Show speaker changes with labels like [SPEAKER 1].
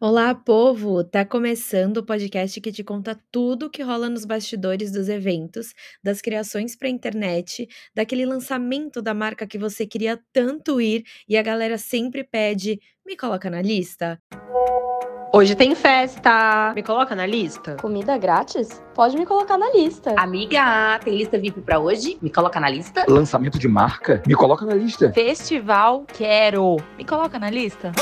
[SPEAKER 1] Olá, povo! Tá começando o podcast que te conta tudo o que rola nos bastidores dos eventos, das criações para internet, daquele lançamento da marca que você queria tanto ir e a galera sempre pede: "Me coloca na lista?".
[SPEAKER 2] Hoje tem festa. Me coloca na lista?
[SPEAKER 3] Comida grátis? Pode me colocar na lista.
[SPEAKER 4] Amiga, tem lista VIP pra hoje? Me coloca na lista?
[SPEAKER 5] Lançamento de marca? Me coloca na lista.
[SPEAKER 6] Festival Quero. Me coloca na lista?